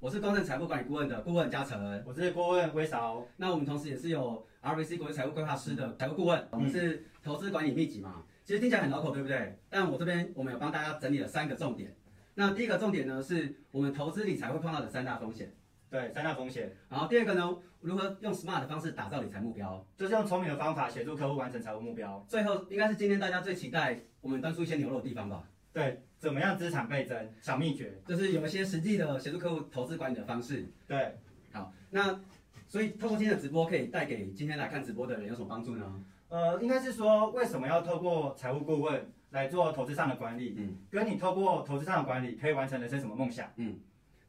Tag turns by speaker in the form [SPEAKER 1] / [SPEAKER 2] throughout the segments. [SPEAKER 1] 我是公正财富管理顾问的顾问嘉诚。
[SPEAKER 2] 我是郭问龟嫂，
[SPEAKER 1] 那我们同时也是有 RVC 国际财务规划师的财务顾问，我们是投资管理秘籍嘛，其实听起来很绕口，对不对？但我这边我们有帮大家整理了三个重点。那第一个重点呢，是我们投资理财会碰到的三大风险。
[SPEAKER 2] 对三大风险，
[SPEAKER 1] 然后第二个呢，如何用 smart 的方式打造理财目标。
[SPEAKER 2] 就是用聪明的方法协助客户完成财务目标。
[SPEAKER 1] 最后应该是今天大家最期待我们端出一些牛肉的地方吧，
[SPEAKER 2] 对，怎么样资产倍增小秘诀？
[SPEAKER 1] 就是有一些实际的协助客户投资管理的方式。
[SPEAKER 2] 对，
[SPEAKER 1] 好，那所以透过今天的直播，可以带给今天来看直播的人有什么帮助呢？
[SPEAKER 2] 呃，应该是说为什么要透过财务顾问来做投资上的管理？
[SPEAKER 1] 嗯，
[SPEAKER 2] 跟你透过投资上的管理，可以完成人生什么梦想？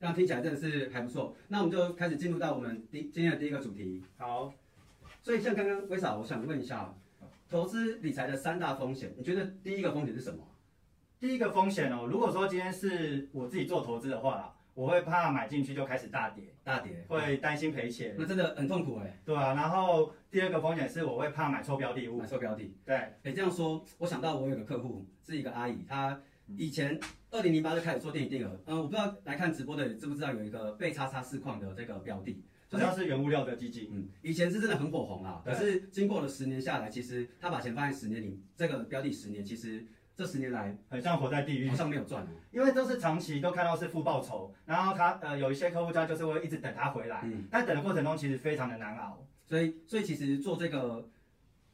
[SPEAKER 1] 那听起来真的是还不错。那我们就开始进入到我们第今天的第一个主题。
[SPEAKER 2] 好，
[SPEAKER 1] 所以像刚刚威嫂，我想问一下，投资理财的三大风险，你觉得第一个风险是什么？
[SPEAKER 2] 第一个风险哦，如果说今天是我自己做投资的话啦，我会怕买进去就开始大跌，
[SPEAKER 1] 大跌，
[SPEAKER 2] 会担心赔钱，
[SPEAKER 1] 那真的很痛苦哎、
[SPEAKER 2] 对啊。然后第二个风险是我会怕买错标的物
[SPEAKER 1] 买，错标的。
[SPEAKER 2] 对，
[SPEAKER 1] 哎，这样说，我想到我有个客户是一个阿姨，她以前二零零八就开始做电影定额，嗯，我不知道来看直播的知不知道有一个被叉叉市况的这个标的，就
[SPEAKER 2] 主
[SPEAKER 1] 是
[SPEAKER 2] 要是原物料的基金，
[SPEAKER 1] 嗯，以前是真的很火红啊，可
[SPEAKER 2] 对
[SPEAKER 1] 是经过了十年下来，其实她把钱放在十年里，这个标的十年，其实这十年来
[SPEAKER 2] 很像活在地狱
[SPEAKER 1] 好。像没有赚哦，
[SPEAKER 2] 因为都是长期都看到是负报酬，然后他呃有一些客户家就是会一直等他回来，
[SPEAKER 1] 嗯
[SPEAKER 2] 但等的过程中其实非常的难熬。
[SPEAKER 1] 所以所以其实做这个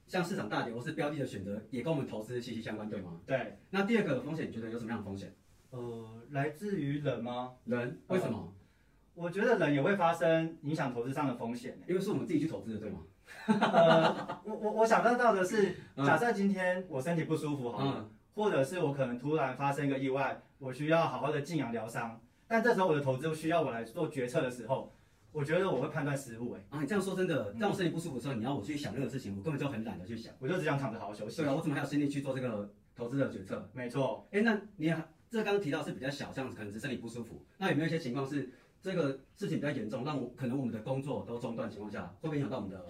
[SPEAKER 1] 像市场大跌或是标的的选择，也跟我们投资息息相关，对吗？
[SPEAKER 2] 对，
[SPEAKER 1] 那第二个风险，你觉得有什么样的风险？
[SPEAKER 2] 呃，来自于人吗？
[SPEAKER 1] 人为什么？
[SPEAKER 2] 我觉得人也会发生影响投资上的风 险。
[SPEAKER 1] 因为是我们自己去投资的，对吗？
[SPEAKER 2] 呃，我我我想得到的是，
[SPEAKER 1] 嗯
[SPEAKER 2] 假设今天我身体不舒服好
[SPEAKER 1] 啊
[SPEAKER 2] 了，或者是我可能突然发生一个意外，我需要好好的静养疗伤，但这时候我的投资需要我来做决策的时候，我觉得我会判断失误、欸，
[SPEAKER 1] 啊，你这样说真的，当我身体不舒服的时候，你要我去想这个事情，我根本就很懒得去想。
[SPEAKER 2] 我就只想躺着好好休息
[SPEAKER 1] 对。啊，我怎么还有心力去做这个投资的决策？
[SPEAKER 2] 没错，
[SPEAKER 1] 哎，那你还这刚刚提到是比较小，像可能是身体不舒服，那有没有一些情况是这个事情比较严重，让我可能我们的工作都中断的情况下，会不会影响到我们的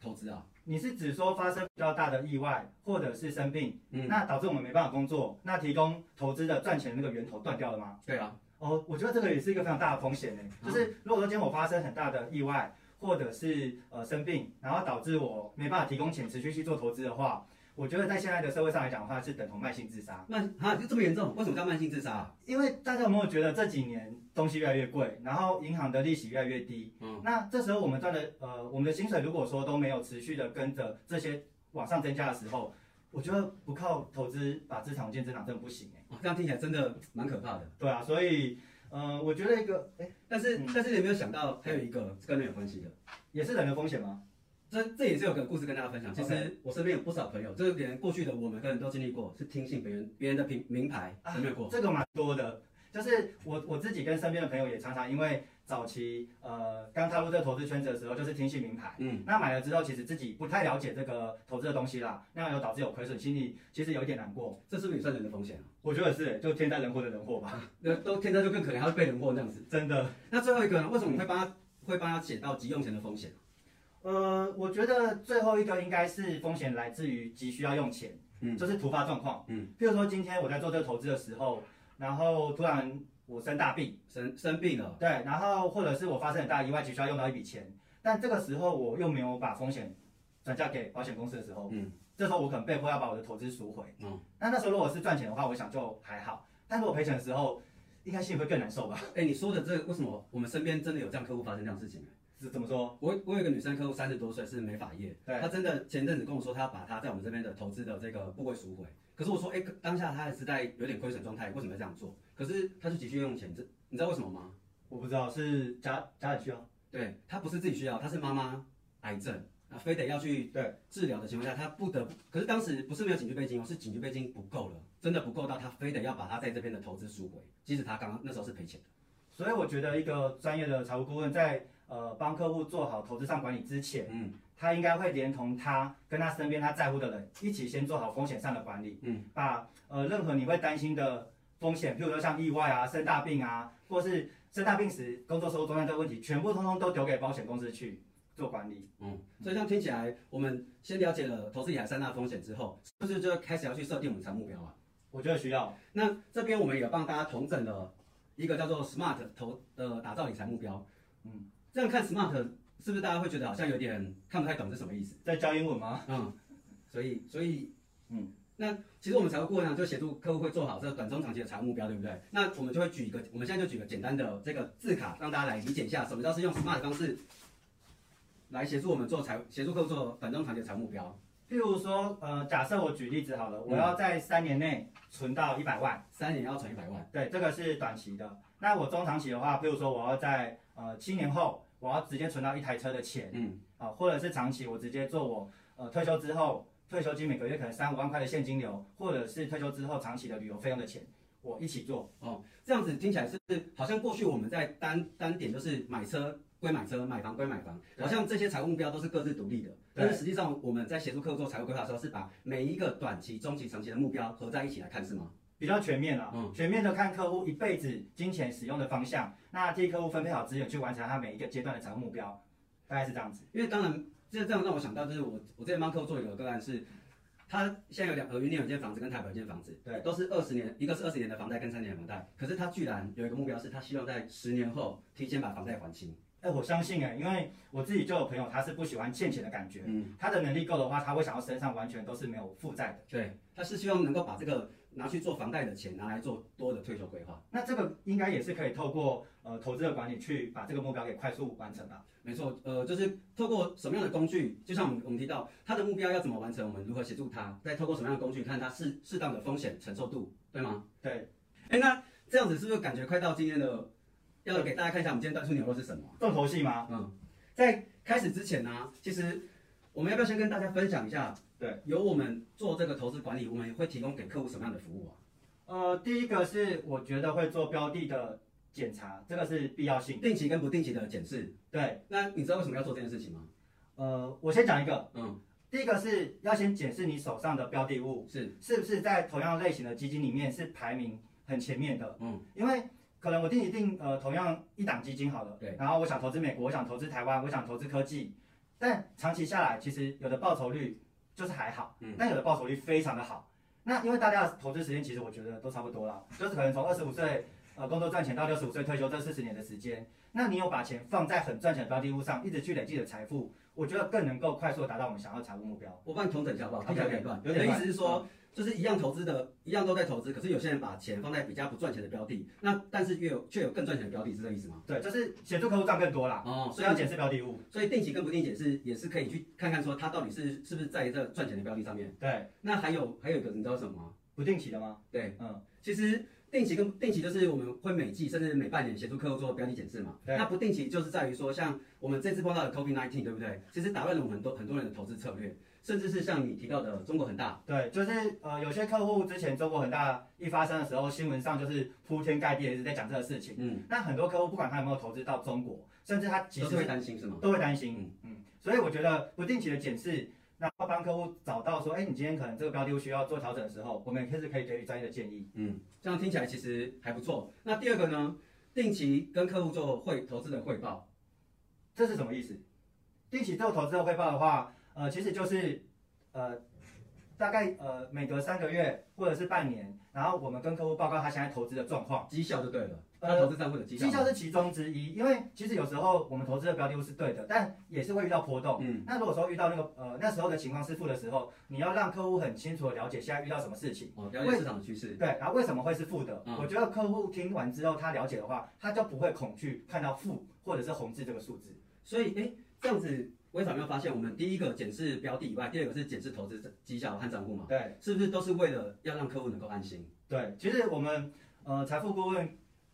[SPEAKER 1] 投资啊？
[SPEAKER 2] 你是指说发生比较大的意外，或者是生病，
[SPEAKER 1] 嗯，
[SPEAKER 2] 那导致我们没办法工作，那提供投资的赚钱的那个源头断掉了吗？
[SPEAKER 1] 对啊，
[SPEAKER 2] 哦，我觉得这个也是一个非常大的风险呢。就是如果说今天我发生很大的意外，或者是呃生病，然后导致我没办法提供钱持续去做投资的话，我觉得在现在的社会上来讲的话，是等同慢性自杀。
[SPEAKER 1] 慢啊就这么严重，为什么叫慢性自杀、啊？
[SPEAKER 2] 因为大家有没有觉得这几年东西越来越贵，然后银行的利息越来越低？
[SPEAKER 1] 嗯，
[SPEAKER 2] 那这时候我们赚的呃我们的薪水如果说都没有持续的跟着这些往上增加的时候，我觉得不靠投资把资产稳健增长真的不行哎。
[SPEAKER 1] 啊这样听起来真的蛮可怕的。
[SPEAKER 2] 对啊，所以呃我觉得一个哎
[SPEAKER 1] 但是、
[SPEAKER 2] 嗯
[SPEAKER 1] 但是你有没有想到还有一个是跟人有关系的？
[SPEAKER 2] 也是人的风险吗？
[SPEAKER 1] 这这也是有个故事跟大家分享。其实
[SPEAKER 2] OK
[SPEAKER 1] 我身边有不少朋友，就是连过去的我们跟人都经历过，是听信别人别人的名名牌，
[SPEAKER 2] 啊
[SPEAKER 1] 有没有过？
[SPEAKER 2] 这个蛮多的，就是我我自己跟身边的朋友也常常因为早期呃刚踏入这个投资圈子的时候，就是听信名牌。
[SPEAKER 1] 嗯，
[SPEAKER 2] 那买了之后，其实自己不太了解这个投资的东西啦，那有导致有亏损，心里其实有一点难过。
[SPEAKER 1] 这是不是也算人的风险啊？啊
[SPEAKER 2] 我觉得是，就天灾人祸的人祸吧，
[SPEAKER 1] 那都天灾就更可怜，还会被人祸这样子。
[SPEAKER 2] 真的。
[SPEAKER 1] 那最后一个呢？为什么你会帮他会帮他写到急用钱的风险？
[SPEAKER 2] 呃，我觉得最后一个应该是风险来自于急需要用钱，
[SPEAKER 1] 嗯
[SPEAKER 2] 就是突发状况。
[SPEAKER 1] 嗯，
[SPEAKER 2] 譬如说今天我在做这个投资的时候，然后突然我生大病。
[SPEAKER 1] 生生病了，
[SPEAKER 2] 对，然后或者是我发生很大意外，急需要用到一笔钱，但这个时候我又没有把风险转嫁给保险公司的时候，
[SPEAKER 1] 嗯，
[SPEAKER 2] 这时候我可能被迫要把我的投资赎回。
[SPEAKER 1] 嗯，
[SPEAKER 2] 那那时候如果是赚钱的话，我想就还好，但如果赔钱的时候，应该心里会更难受吧？
[SPEAKER 1] 哎，你说的这个为什么我们身边真的有这样客户发生这样的事情？
[SPEAKER 2] 是怎么说？
[SPEAKER 1] 我我有一个女生客户，三十多岁是美发业，
[SPEAKER 2] 对
[SPEAKER 1] 她真的前阵子跟我说，她把她在我们这边的投资的这个部位赎回。可是我说，哎、可当下她还是在有点亏损状态，为什么要这样做？可是她就急需用钱，这你知道为什么吗？
[SPEAKER 2] 我不知道是家家里需要，
[SPEAKER 1] 对她不是自己需要，她是妈妈癌症啊，非得要去
[SPEAKER 2] 对
[SPEAKER 1] 治疗的情况下，她不得不。可是当时不是没有紧急备金哦，是紧急备金不够了，真的不够到她非得要把她在这边的投资赎回，即使她刚刚那时候是赔钱的。
[SPEAKER 2] 所以我觉得一个专业的财务顾问在呃帮客户做好投资上管理之前，
[SPEAKER 1] 嗯，
[SPEAKER 2] 他应该会连同他跟他身边他在乎的人一起先做好风险上的管理，
[SPEAKER 1] 嗯，
[SPEAKER 2] 把呃任何你会担心的风险，譬如说像意外啊、生大病啊，或是生大病时工作收入中断这个问题，全部通通都丢给保险公司去做管理。
[SPEAKER 1] 嗯，所以这样听起来，我们先了解了投资理财三大风险之后，是不是就开始要去设定我们财务目标啊？
[SPEAKER 2] 我觉得需要，
[SPEAKER 1] 那这边我们也帮大家统整了一个叫做 SMART 投呃打造理财目标。
[SPEAKER 2] 嗯
[SPEAKER 1] 嗯，这样看 SMART 是不是大家会觉得好像有点看不太懂是什么意思？
[SPEAKER 2] 在教英文吗？
[SPEAKER 1] 嗯，所以所以
[SPEAKER 2] 嗯
[SPEAKER 1] 嗯，那其实我们财务顾问呢就协助客户会做好这个短中长期的财务目标，对不对？那我们就会举一个，我们现在就举个简单的这个字卡，让大家来理解一下什么叫是用 SMART 的方式来协助我们做财协助客户做短中长期的财务目标。
[SPEAKER 2] 譬如说，呃，假设我举例子好了，我
[SPEAKER 1] 嗯
[SPEAKER 2] 要在三年内存到一百万，
[SPEAKER 1] 三年要存一百万，
[SPEAKER 2] 对，这个是短期的。那我中长期的话，譬如说我要在呃七年后，我要直接存到一台车的钱
[SPEAKER 1] 嗯，
[SPEAKER 2] 啊、或者是长期我直接做我呃退休之后，退休金每个月可能三五万块的现金流，或者是退休之后长期的旅游费用的钱，我一起做。
[SPEAKER 1] 哦，这样子听起来是好像过去我们在单单点就是买车归买车，买房归买房，
[SPEAKER 2] 对
[SPEAKER 1] 好像这些财务目标都是各自独立的。但是实际上我们在协助客户做财务规划的时候，是把每一个短期、中期、长期的目标合在一起来看，是吗？
[SPEAKER 2] 比较全面了，
[SPEAKER 1] 嗯
[SPEAKER 2] 全面的看客户一辈子金钱使用的方向，那替客户分配好资源去完成他每一个阶段的财务目标，大概是这样子。
[SPEAKER 1] 因为当然，这这样让我想到就是我我之前帮客户做一个个案是，他现在有两个云林有一间房子跟台北有一间房子，
[SPEAKER 2] 对
[SPEAKER 1] 都是二十年，一个是二十年的房贷跟三年的房贷，可是他居然有一个目标是他希望在十年后提前把房贷还清。
[SPEAKER 2] 哎、我相信哎、因为我自己就有朋友，他是不喜欢欠钱的感觉。
[SPEAKER 1] 嗯。
[SPEAKER 2] 他的能力够的话，他会想要身上完全都是没有负债的。
[SPEAKER 1] 对，他是希望能够把这个拿去做房贷的钱拿来做多的退休规划。
[SPEAKER 2] 那这个应该也是可以透过呃投资的管理去把这个目标给快速完成吧。
[SPEAKER 1] 没错，呃，就是透过什么样的工具，就像我们我们提到他的目标要怎么完成，我们如何协助他，再透过什么样的工具，看他适适当的风险承受度，对吗？
[SPEAKER 2] 对，
[SPEAKER 1] 哎，那这样子是不是感觉快到今天的？要给大家看一下我们今天端出牛肉是什么啊？
[SPEAKER 2] 重头戏吗？
[SPEAKER 1] 嗯，在开始之前呢、啊其实我们要不要先跟大家分享一下？
[SPEAKER 2] 对，
[SPEAKER 1] 由我们做这个投资管理，我们会提供给客户什么样的服务啊？
[SPEAKER 2] 呃，第一个是我觉得会做标的的检查，这个是必要性。
[SPEAKER 1] 定期跟不定期的检视。
[SPEAKER 2] 对，
[SPEAKER 1] 那你知道为什么要做这件事情吗？
[SPEAKER 2] 呃，我先讲一个，
[SPEAKER 1] 嗯，
[SPEAKER 2] 第一个是要先检视你手上的标的物
[SPEAKER 1] 是，
[SPEAKER 2] 是不是在同样类型的基金里面是排名很前面的。
[SPEAKER 1] 嗯，
[SPEAKER 2] 因为可能我定一定呃同样一档基金好了，
[SPEAKER 1] 对
[SPEAKER 2] 然后我想投资美国，我想投资台湾，我想投资科技，但长期下来，其实有的报酬率就是还好，
[SPEAKER 1] 嗯
[SPEAKER 2] 但有的报酬率非常的好。那因为大家的投资时间其实我觉得都差不多啦，就是可能从二十五岁呃工作赚钱到六十五岁退休这四十年的时间，那你有把钱放在很赚钱的标的物上，一直去累积你的财富，我觉得更能够快速地达到我们想要的财务目标。
[SPEAKER 1] 我帮你重整一下好不好？
[SPEAKER 2] OK，
[SPEAKER 1] 听起来有点乱。
[SPEAKER 2] 有点
[SPEAKER 1] 你
[SPEAKER 2] 乱
[SPEAKER 1] 的意思是说，就是一样投资的，一样都在投资，可是有些人把钱放在比较不赚钱的标的，那但是越有却有更赚钱的标的，是这个意思吗？
[SPEAKER 2] 对，就是协助客户赚更多啦，
[SPEAKER 1] 哦所
[SPEAKER 2] 所以
[SPEAKER 1] 以
[SPEAKER 2] 要检视标的物。
[SPEAKER 1] 所以定期跟不定期是也是可以去看看说他到底是是不是在这赚钱的标的上面。
[SPEAKER 2] 对，
[SPEAKER 1] 那还有还有一个你知道什么吗？
[SPEAKER 2] 不定期的吗？
[SPEAKER 1] 对，
[SPEAKER 2] 嗯，
[SPEAKER 1] 其实定期跟定期就是我们会每季甚至每半年协助客户做标的检视嘛。
[SPEAKER 2] 对
[SPEAKER 1] 那不定期就是在于说，像我们这次碰到的 COVID-19，对不对？其实打乱了我们很多很多人的投资策略，甚至是像你提到的中国恒大，
[SPEAKER 2] 对，就是呃，有些客户之前中国恒大一发生的时候，新闻上就是铺天盖地的一直在讲这个事情。
[SPEAKER 1] 嗯，
[SPEAKER 2] 那很多客户不管他有没有投资到中国，甚至他其
[SPEAKER 1] 都是会
[SPEAKER 2] 实
[SPEAKER 1] 担心是吗？
[SPEAKER 2] 都会担心。嗯，所以我觉得不定期的检视，然后帮客户找到说，哎，你今天可能这个标的物需要做调整的时候，我们也是可以给予专业的建议。
[SPEAKER 1] 嗯，这样听起来其实还不错。那第二个呢，定期跟客户做汇投资的汇报，
[SPEAKER 2] 这是什么意思？定期做投资的汇报的话，呃，其实就是呃，大概呃每隔三个月或者是半年，然后我们跟客户报告他现在投资的状况。
[SPEAKER 1] 绩效就对了，
[SPEAKER 2] 呃
[SPEAKER 1] 他投资账户的绩效。
[SPEAKER 2] 绩效是其中之一，因为其实有时候我们投资的标的物是对的，但也是会遇到波动。
[SPEAKER 1] 嗯，
[SPEAKER 2] 那如果说遇到那个呃那时候的情况是负的时候，你要让客户很清楚的了解现在遇到什么事情，
[SPEAKER 1] 哦，了解市场的趋势。
[SPEAKER 2] 对，然后为什么会是负的？
[SPEAKER 1] 嗯
[SPEAKER 2] 我觉得客户听完之后他了解的话，他就不会恐惧看到负或者是红字这个数字。
[SPEAKER 1] 所以，哎，这样子，我有没有发现，我们第一个检视标的以外，第二个是检视投资绩效和账户嘛？
[SPEAKER 2] 对
[SPEAKER 1] 是不是都是为了要让客户能够安心？
[SPEAKER 2] 对，其实我们呃财富顾问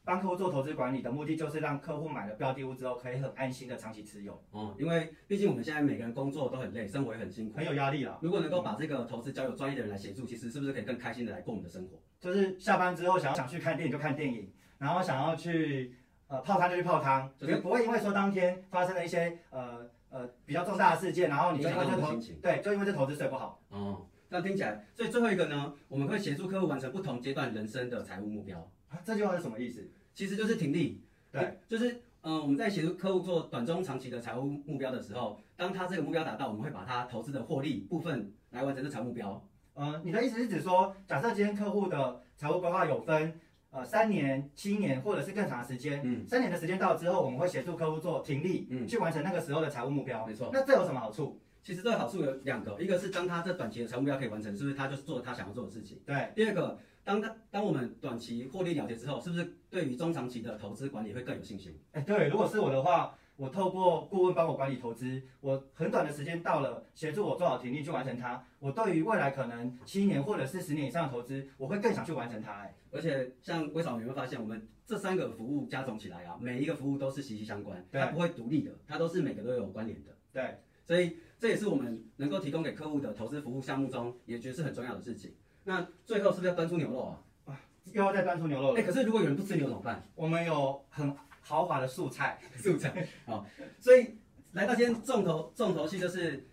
[SPEAKER 2] 帮客户做投资管理的目的，就是让客户买了标的物之后可以很安心的长期持有，
[SPEAKER 1] 哦，因为毕竟我们现在每个人工作都很累，生活也很辛苦
[SPEAKER 2] 很。有压力啦。
[SPEAKER 1] 如果能够把这个投资交由专业的人来协助，其实是不是可以更开心的来过我们的生活？
[SPEAKER 2] 就是下班之后想要想去看电影就看电影，然后想要去呃泡汤就去泡汤，
[SPEAKER 1] 就
[SPEAKER 2] 就是是不会因为说当天发生了一些呃呃比较重大的事件，然后你就
[SPEAKER 1] 影
[SPEAKER 2] 因
[SPEAKER 1] 响
[SPEAKER 2] 为
[SPEAKER 1] 到我
[SPEAKER 2] 这
[SPEAKER 1] 们的
[SPEAKER 2] 投
[SPEAKER 1] 心情。
[SPEAKER 2] 对，就因为这投资睡不好。
[SPEAKER 1] 哦，这样听起来，所以最后一个呢，我们会协助客户完成不同阶段人生的财务目标，
[SPEAKER 2] 啊这句话是什么意思？
[SPEAKER 1] 其实就是挺立。
[SPEAKER 2] 对，
[SPEAKER 1] 就是嗯、呃我们在协助客户做短中长期的财务目标的时候，当他这个目标达到，我们会把他投资的获利部分来完成这财务目标。
[SPEAKER 2] 呃，你的意思是指说，假设今天客户的财务规划有分。呃三年、七年或者是更长的时间，
[SPEAKER 1] 嗯
[SPEAKER 2] 三年的时间到之后，我们会协助客户做停利，
[SPEAKER 1] 嗯
[SPEAKER 2] 去完成那个时候的财务目标。
[SPEAKER 1] 没错。
[SPEAKER 2] 那这有什么好处？
[SPEAKER 1] 其实这个好处有两个，一个是当他这短期的财务目标可以完成，是不是他就是做他想要做的事情？
[SPEAKER 2] 对，
[SPEAKER 1] 第二个，当他当我们短期获利了结之后，是不是对于中长期的投资管理会更有信心？
[SPEAKER 2] 哎，对，如果是我的话，我透过顾问帮我管理投资，我很短的时间到了，协助我做好停利去完成它。我对于未来可能七年或者是十年以上的投资，我会更想去完成它。哎，
[SPEAKER 1] 而且像魏嫂，你会发现我们这三个服务加总起来啊，每一个服务都是息息相关，
[SPEAKER 2] 对
[SPEAKER 1] 它不会独立的，它都是每个都有关联的。
[SPEAKER 2] 对，
[SPEAKER 1] 所以这也是我们能够提供给客户的投资服务项目中，也觉得是很重要的事情。那最后是不是要端出牛肉啊？
[SPEAKER 2] 又要再端出牛肉
[SPEAKER 1] 哎、
[SPEAKER 2] 了。
[SPEAKER 1] 可是如果有人不吃牛怎么 办？
[SPEAKER 2] 我们有很豪华的素菜，
[SPEAKER 1] 素材好，哦所以来到今天重头重头戏就是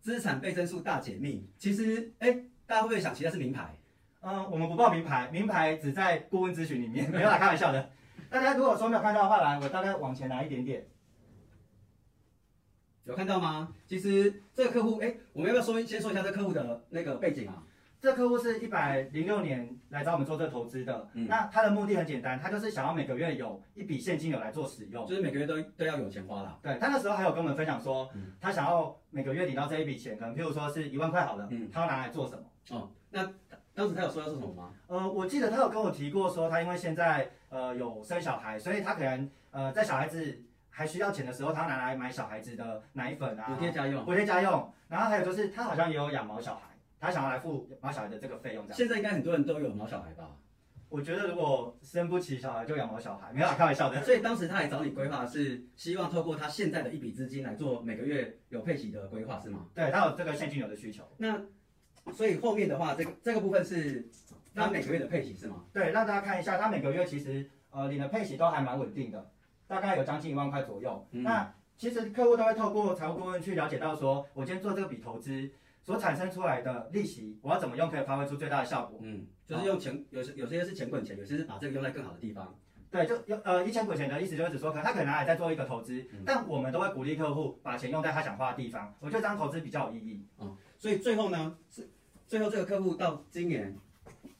[SPEAKER 1] 资产倍增数大解密。其实，哎、大家会不会想其他是名牌？
[SPEAKER 2] 嗯，我们不报名牌，名牌只在顾问咨询 里面，没有啦，开玩笑的。大家如果说没有看到的话，来，我大概往前拿一点点。
[SPEAKER 1] 有看到吗？其实这个客户，哎、我们要不要说先说一下这客户的那个背景啊？
[SPEAKER 2] 这客户是一百零六年来找我们做这个投资的，
[SPEAKER 1] 嗯
[SPEAKER 2] 那他的目的很简单，他就是想要每个月有一笔现金流来做使用。
[SPEAKER 1] 就是每个月都都要有钱花啦。
[SPEAKER 2] 对他那时候还有跟我们分享说
[SPEAKER 1] 嗯，
[SPEAKER 2] 他想要每个月领到这一笔钱，可能譬如说是一万块好了
[SPEAKER 1] 嗯，
[SPEAKER 2] 他要拿来做什么？
[SPEAKER 1] 哦，那当时他有说要做什么吗？
[SPEAKER 2] 呃，我记得他有跟我提过说，他因为现在呃有生小孩，所以他可能呃在小孩子还需要钱的时候，他拿来买小孩子的奶粉
[SPEAKER 1] 补
[SPEAKER 2] 啊，
[SPEAKER 1] 贴家用。
[SPEAKER 2] 补贴家用。然后还有就是他好像也有养毛小孩，他想要来付毛小孩的这个费用这样。
[SPEAKER 1] 现在应该很多人都有毛小孩吧？
[SPEAKER 2] 我觉得如果生不起小孩就养毛小孩，没有啦开玩笑的。
[SPEAKER 1] 所以当时他来找你规划是希望透过他现在的一笔资金来做每个月有配息的规划是吗？
[SPEAKER 2] 对他有这个现金流的需求，
[SPEAKER 1] 那所以后面的话，这个这个部分是他每个月的配息是吗？
[SPEAKER 2] 对，让大家看一下，他每个月其实呃领的配息都还蛮稳定的，大概有将近一万块左右。
[SPEAKER 1] 嗯
[SPEAKER 2] 那其实客户都会透过财务顾问去了解到说，我今天做这笔投资所产生出来的利息，我要怎么用可以发挥出最大的效果？
[SPEAKER 1] 嗯，就是用钱，有些有些是钱滚钱，有些是把这个用在更好的地方。
[SPEAKER 2] 对，就有呃一千块钱的意思就是指说，可能他可能拿来再做一个投资，
[SPEAKER 1] 嗯
[SPEAKER 2] 但我们都会鼓励客户把钱用在他想花的地方，我觉得这样投资比较有意义。
[SPEAKER 1] 所以最后呢，是最后这个客户到今年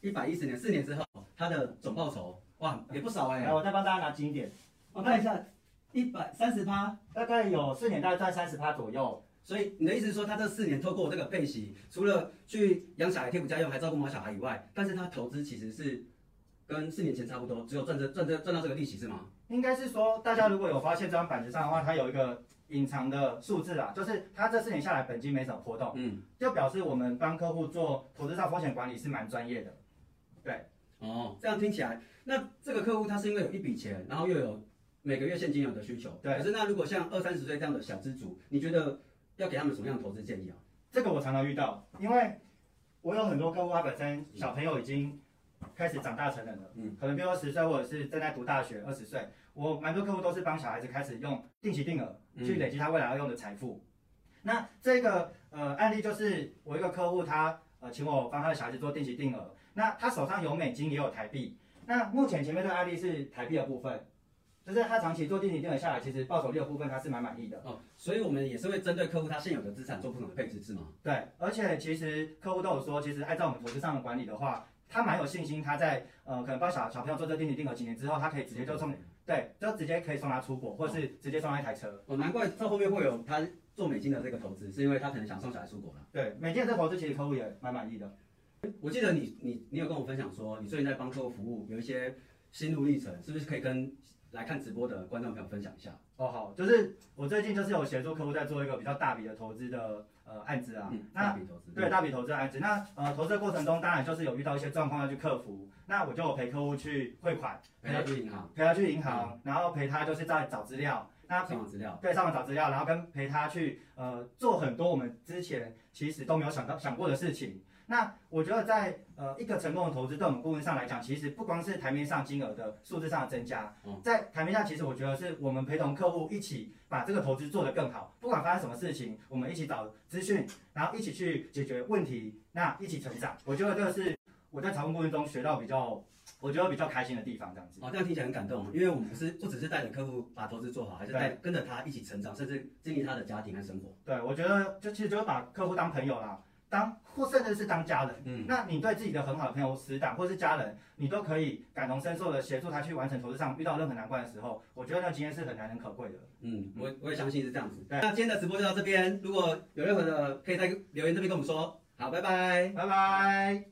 [SPEAKER 1] 一百一十年四年之后，他的总报酬哇也不少哎、
[SPEAKER 2] 来，我再帮大家拿经典，
[SPEAKER 1] 我看一下，一百三十趴。
[SPEAKER 2] 大概有四年大概赚三十趴左右。
[SPEAKER 1] 所以你的意思是说，他这四年透过这个配息，除了去养小孩、贴补家用、还照顾毛小孩以外，但是他投资其实是跟四年前差不多，只有赚这赚这赚到这个利息是吗？
[SPEAKER 2] 应该是说，大家如果有发现这张板子上的话，它有一个隐藏的数字啊，就是它这四年下来本金没什么波动，
[SPEAKER 1] 嗯，
[SPEAKER 2] 就表示我们帮客户做投资上风险管理是蛮专业的。
[SPEAKER 1] 哦，这样听起来，那这个客户他是因为有一笔钱，然后又有每个月现金流的需求。
[SPEAKER 2] 对
[SPEAKER 1] 可是那如果像二三十岁这样的小资族，你觉得要给他们什么样的投资建议啊？
[SPEAKER 2] 这个我常常遇到，因为我有很多客户，他本身小朋友已经开始长大成人了，
[SPEAKER 1] 嗯
[SPEAKER 2] 可能比如说十岁或者是正在读大学二十岁，我蛮多客户都是帮小孩子开始用定期定额
[SPEAKER 1] 嗯
[SPEAKER 2] 去累积他未来要用的财富。那这个呃案例就是我一个客户他呃请我帮他的小孩子做定期定额，那他手上有美金也有台币，那目前前面这个案例是台币的部分，就是他长期做定期定额下来，其实报酬率的部分他是蛮满意的。
[SPEAKER 1] 哦，所以我们也是会针对客户他现有的资产做不同的配置，是吗？
[SPEAKER 2] 对，而且其实客户都有说，其实按照我们投资上的管理的话，他蛮有信心，他在呃可能帮小小朋友做这定期定额几年之后，他可以直接就送，对，就直接可以送他出国，或是直接送他一台车。
[SPEAKER 1] 哦，难怪到后面会有他做美金的这个投资，是因为他可能想送小孩出国了。
[SPEAKER 2] 对，每件这投资其实客户也蛮满意的。
[SPEAKER 1] 我记得你你你有跟我分享说，你最近在帮客户服务有一些心路历程，是不是可以跟来看直播的观众朋友分享一下？
[SPEAKER 2] 哦，好，就是我最近就是有协助客户在做一个比较大笔的投资的呃案子啊，那
[SPEAKER 1] 嗯大笔投资。
[SPEAKER 2] 对，大笔投资的案子，那呃，投资的过程中当然就是有遇到一些状况要去克服，那我就有陪客户去汇款，
[SPEAKER 1] 陪他去银行
[SPEAKER 2] 陪他去银行，然后陪他就是在找资料，那
[SPEAKER 1] 上网资料。
[SPEAKER 2] 对，上网找资料，然后跟陪他去呃做很多我们之前其实都没有想到想过的事情。那我觉得在呃一个成功的投资，对我们顾问上来讲，其实不光是台面上金额的数字上的增加，
[SPEAKER 1] 嗯
[SPEAKER 2] 在台面下其实我觉得是我们陪同客户一起把这个投资做得更好，不管发生什么事情，我们一起找资讯，然后一起去解决问题，那一起成长。我觉得这个是我在财务顾问中学到比较，我觉得比较开心的地方，这样子。
[SPEAKER 1] 哦，这样听起来很感动，因为我们不是不只是带着客户把投资做好，还是带跟着他一起成长，甚至经历他的家庭和生活。
[SPEAKER 2] 对，我觉得就其实就是把客户当朋友啦。当或甚至是当家人，
[SPEAKER 3] 嗯
[SPEAKER 2] 那你对自己的很好的朋友、死党或是家人，你都可以感同身受的协助他去完成投资上遇到任何难关的时候，我觉得那经验是很难能可贵的。
[SPEAKER 1] 嗯，我我也相信是这样子。
[SPEAKER 2] 对
[SPEAKER 1] 那今天的直播就到这边，如果有任何的，可以在留言这边跟我们说。好，拜拜。
[SPEAKER 2] 拜拜。